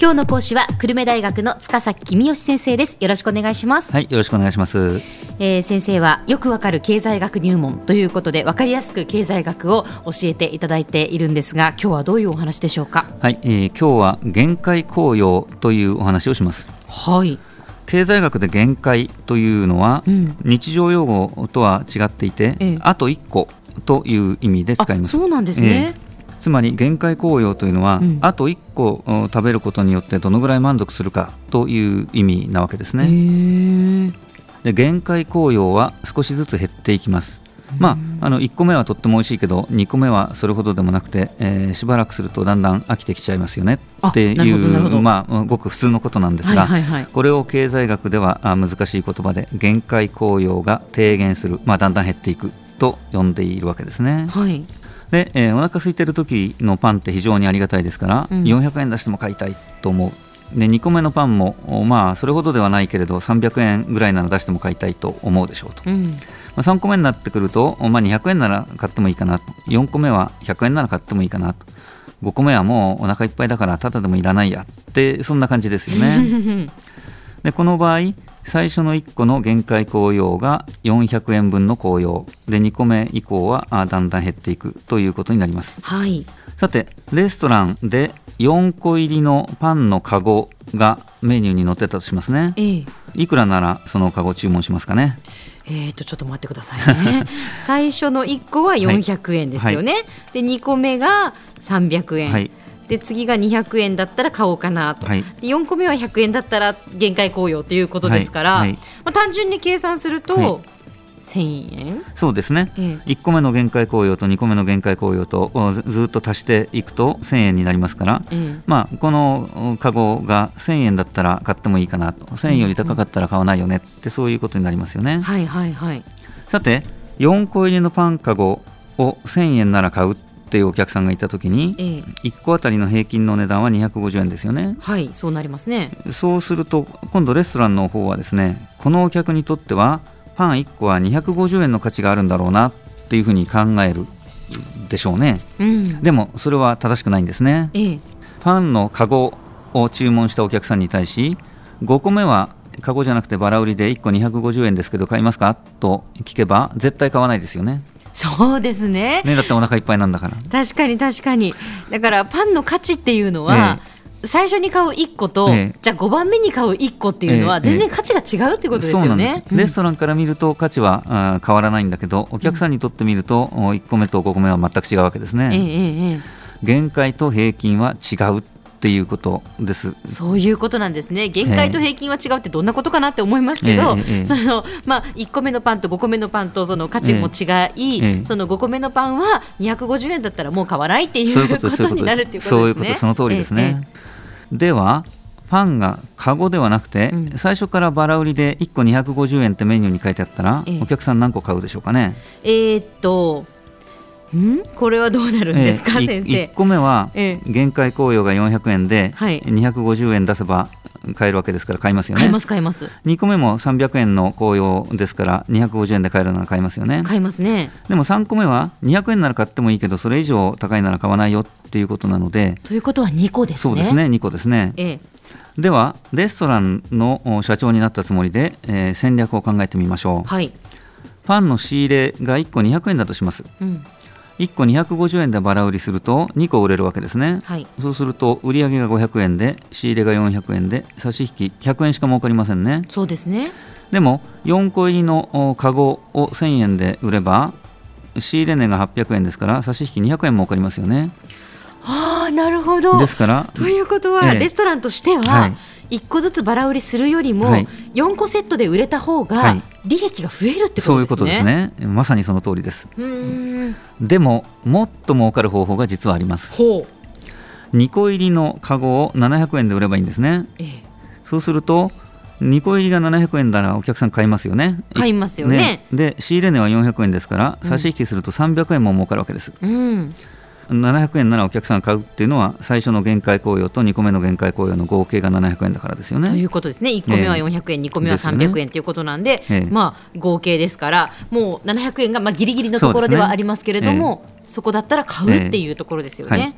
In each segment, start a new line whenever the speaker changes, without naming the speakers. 今日の講師は久留米大学の塚崎君吉先生ですよろしくお願いします
はい、よろしくお願いします。
えー先生はよくわかる経済学入門ということでわかりやすく経済学を教えていただいているんですが今日はどういうお話でしょうか
はい、えー今日は限界紅葉というお話をします。
はい
経済学で限界というのは、
うん
日常用語とは違っていて、
ええ
あと1個という意味で使い
あ
ます。
そうなんですね、
ええつまり限界紅葉というのは、
うん
あと1個うん食べることによってどのぐらい満足するかという意味なわけですね。
へえ
で限界紅葉は少しずつ減っていきます。まあ、あの1個目はとっても美味しいけど2個目はそれほどでもなくて、えーしばらくするとだんだん飽きてきちゃいますよね
あ
って
なる
い
ほどなるほど
う、まあ、ごく普通のことなんです
はい
が、
はいはい
これを経済学ではあ難しい言葉で限界紅葉が低減する、まあ、だんだん減っていくと呼んでいるわけですね。
はい
で、えーお腹空いてる時のパンって非常にありがたいですから、
うん
400円出しても買いたいと思うで2個目のパンもおまあそれほどではないけれど300円ぐらいなら出しても買いたいと思うでしょうと、ま
うん
あ、3個目になってくると、おまあ、200円なら買ってもいいかなと4個目は100円なら買ってもいいかなと5個目はもうお腹いっぱいだからただでもいらないやってそんな感じですよね でこの場合最初の1個の限界紅葉が400円分の紅葉で2個目以降はあだんだん減っていくということになります
はい
さてレストランで4個入りのパンのカゴがメニューに載ってたとしますね
ええ
いくらならそのカゴ注文しますかね
えー、とちょっと待ってください ね最初の1個は400円ですよね、で2個目が300円、
はい
で次が200円だったら買おうかなと、
はい
で4個目は100円だったら限界紅葉ということですから、
はいはい
まあ、単純に計算すると、
はい
1000円
そうですね、
ええ
1個目の限界紅葉と2個目の限界紅葉とおずずっと足していくと1000円になりますから、
え
まあ、このおカゴが1000円だったら買ってもいいかなと1000円より高かったら買わないよねってそういうことになりますよね、
えはいはいはい
さて4個入りのパンカゴを1000円なら買うっていうお客さんがいた時に
ええ
1個あたりの平均の値段は250円ですよね
はいそうなりますね
そうすると今度レストランの方はですねこのお客にとってはパン1個は250円の価値があるんだろうなっていうふうに考えるでしょうね
うん
でもそれは正しくないんですね
ええ
パンのカゴを注文したお客さんに対し5個目はカゴじゃなくてバラ売りで1個250円ですけど買いますかと聞けば絶対買わないですよね
そうですね
ねだってお腹いっぱいなんだから
確かに確かにだからパンの価値っていうのは、最初に買う1個と、
ええ
じゃあ5番目に買う1個っていうの
え
は
え
全然価値が違うってことです
そう
よ
なん
ね
で。すレストランから見ると価値はあー変わらないんだけどお客さんにとってみると1個目と5個目は全く違うわけです
うんえ
ね、
えええ
限界と平均は違うっていうことです
そういうことなんですね限界と平均は違うってどんなことかなって思いますけど、
ええええ
そのまあ、1個目のパンと5個目のパンとその価値も違い、
ええええ
その5個目のパンは250円だったらもう買わないってい
そういう
う
こ
こと
ですそうい
と
うこ
に
と
なるってい
で
うこ
すそう
と
い
です
うこと
ね。
その通りです
ええ
ね、ではパンがカゴではなくて、
うん
最初からバラ売りで1個250円ってメニューに書いてあったら、
ええ
お客さん何個買うでしょうかね
えええーっとんこれはどうなるんですか、
ええい
先生
1。個目は
ええ
限界紅葉が400円で、
はい
250円出せば買えるわけですから買いますよね
買います買います
2個目も300円の紅葉ですから250円で買えるなら買いますよね
買いますね。
でも3個目は200円なら買ってもいいけどそれ以上高いなら買わないよっていうことなので
ということは2個ですね。
そうですね2個ですね
ええ、
ではレストランのお社長になったつもりで、えー戦略を考えてみましょう
はい、
パンの仕入れが1個200円だとします
うん、
1個250円でバラ売りすると2個売れるわけですね
はい、
そうすると売り上げが500円で仕入れが400円で差し引き100円しか儲かりませんね
そうですね。
でも4個入りのおカゴを1000円で売れば仕入れ値が800円ですから差し引き200円儲かりますよね
ああ、なるほど。
ですから
ということは、
ええ
レストランとして
は
はい1個ずつバラ売りするよりも
はい
4個セットで売れた方
は
が
い
利益が増えるって
そういう
こ
こと
で
とですす
ね。
ねまさにその通りです
うーん
でももっと儲かる方法が実はあります
ほう、
2個入りのカゴを700円で売ればいいんですね
ええ、
そうすると2個入りが700円ならお客さん買いますよね
買いますよね
で仕入れ値は400円ですから
うん
差し引きすると300円も儲かるわけです、
うん、
700円ならお客さんが買うっていうのは最初の限界紅葉と2個目の限界紅葉の合計が700円だからですよ
とい
ね
うことですね1個目は
ええ
400円、2個目は
ですよね
300円ということなんで、
ええ
まあ合計ですからもう700円がまあギリギリのところで
そうです
は
ね
ありますけれどもそ,、こだったら買うっていうところですよね。
はい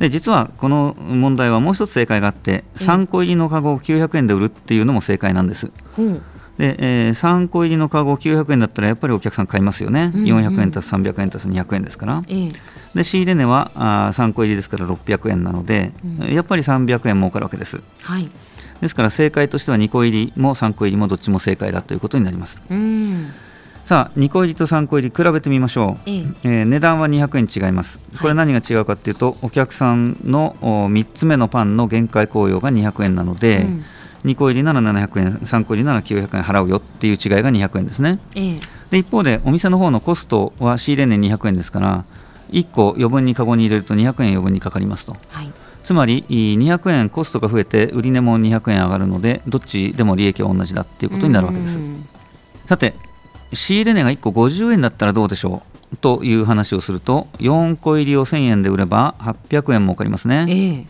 で実はこの問題はもう一つ正解があって3個入りのカゴを900円で売るっていうのも正解なんです。
うん
で、えー3個入りのカゴ900円だったらやっぱりお客さん買いますよね、
うんうん
400円足す300円足す200円ですから
ええ
で仕入れ値はあ3個入りですから600円なので、
うん
やっぱり300円儲かるわけです
はい
ですから正解としては2個入りも3個入りもどっちも正解だということになります
うん
さあ2個入りと3個入り比べてみましょう、
ええ
えー値段は200円違いますこれ何が違うかっていうと、お客さんの3つ目のパンの限界効用が200円なので、
うん
2個入りなら700円3個入りなら900円払うよっていう違いが200円ですね
ええ
で一方でお店の方のコストは仕入れ値200円ですから1個余分にカゴに入れると200円余分にかかりますと
はい
つまりいい200円コストが増えて売り値も200円上がるのでどっちでも利益は同じだっていうことになるわけです
うん
さて仕入れ値が1個50円だったらどうでしょうという話をすると4個入りを1000円で売れば800円儲かりますね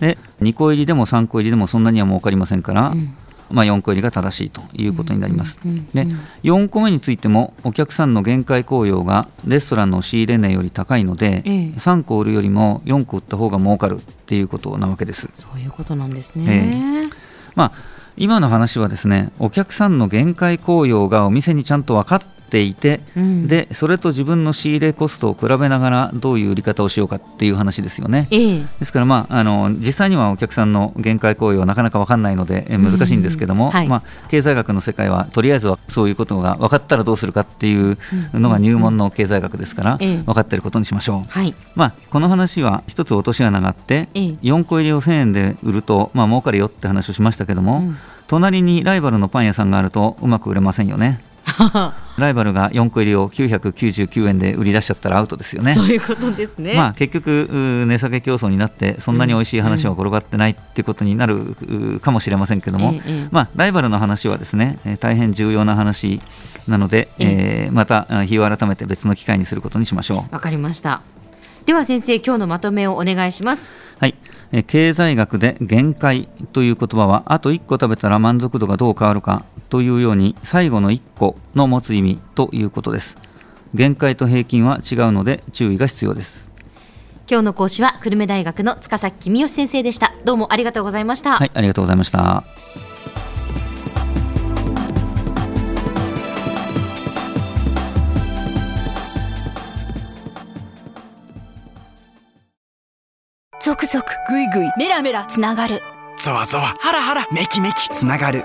ええ
で2個入りでも3個入りでもそんなには儲かりませんから、
うん
まあ、4個入りが正しいということになります、
うんうん
で4個目についてもお客さんの限界効用がレストランの仕入れ値より高いので、
ええ
3個売るよりも4個売った方が儲かるっていうことなわけです、
そういうことなんですね。
まあ、今の話はですねお客さんの限界効用がお店にちゃんと分かっていて、
うん
でそれと自分の仕入れコストを比べながらどういう売り方をしようかっていう話ですよね。
ええ
ですから、まあ、あの実際にはお客さんの限界行為はなかなか分かんないのでえ
うん
難しいんですけども、
はい
まあ、経済学の世界はとりあえずはそういうことが分かったらどうするかっていうのが入門の経済学ですから、
ええ
分かっていることにしましょう。
はい
まあ、この話は一つ落とし穴があって、
ええ
4個入りを1000円で売ると、まあ儲かるよって話をしましたけども、
うん
隣にライバルのパン屋さんがあるとうまく売れませんよね。ライバルが4個入りを999円で売り出しちゃったらアウトですよ ね。
そういうことですね。
まあ、結局うー値下げ競争になってそんなに美味しい話は転がってないっていうことになるうーかもしれませんけども、
ええええ
まあ、ライバルの話はですねえー大変重要な話なので、
え
えーまたあ日を改めて別の機会にすることにしましょう。
わかりました。では先生今日のまとめをお願いします。
はいえー経済学で限界という言葉はあと1個食べたら満足度がどう変わるかというように最後の1個の持つ意味ということです限界と平均は違うので注意が必要です
今日の講師は久留米大学の塚崎君吉先生でした。どうもありがとうございました。
はいありがとうございました
ゾクゾクグイグイメラメラつながる
ゾワゾワハラハラメキメキつながる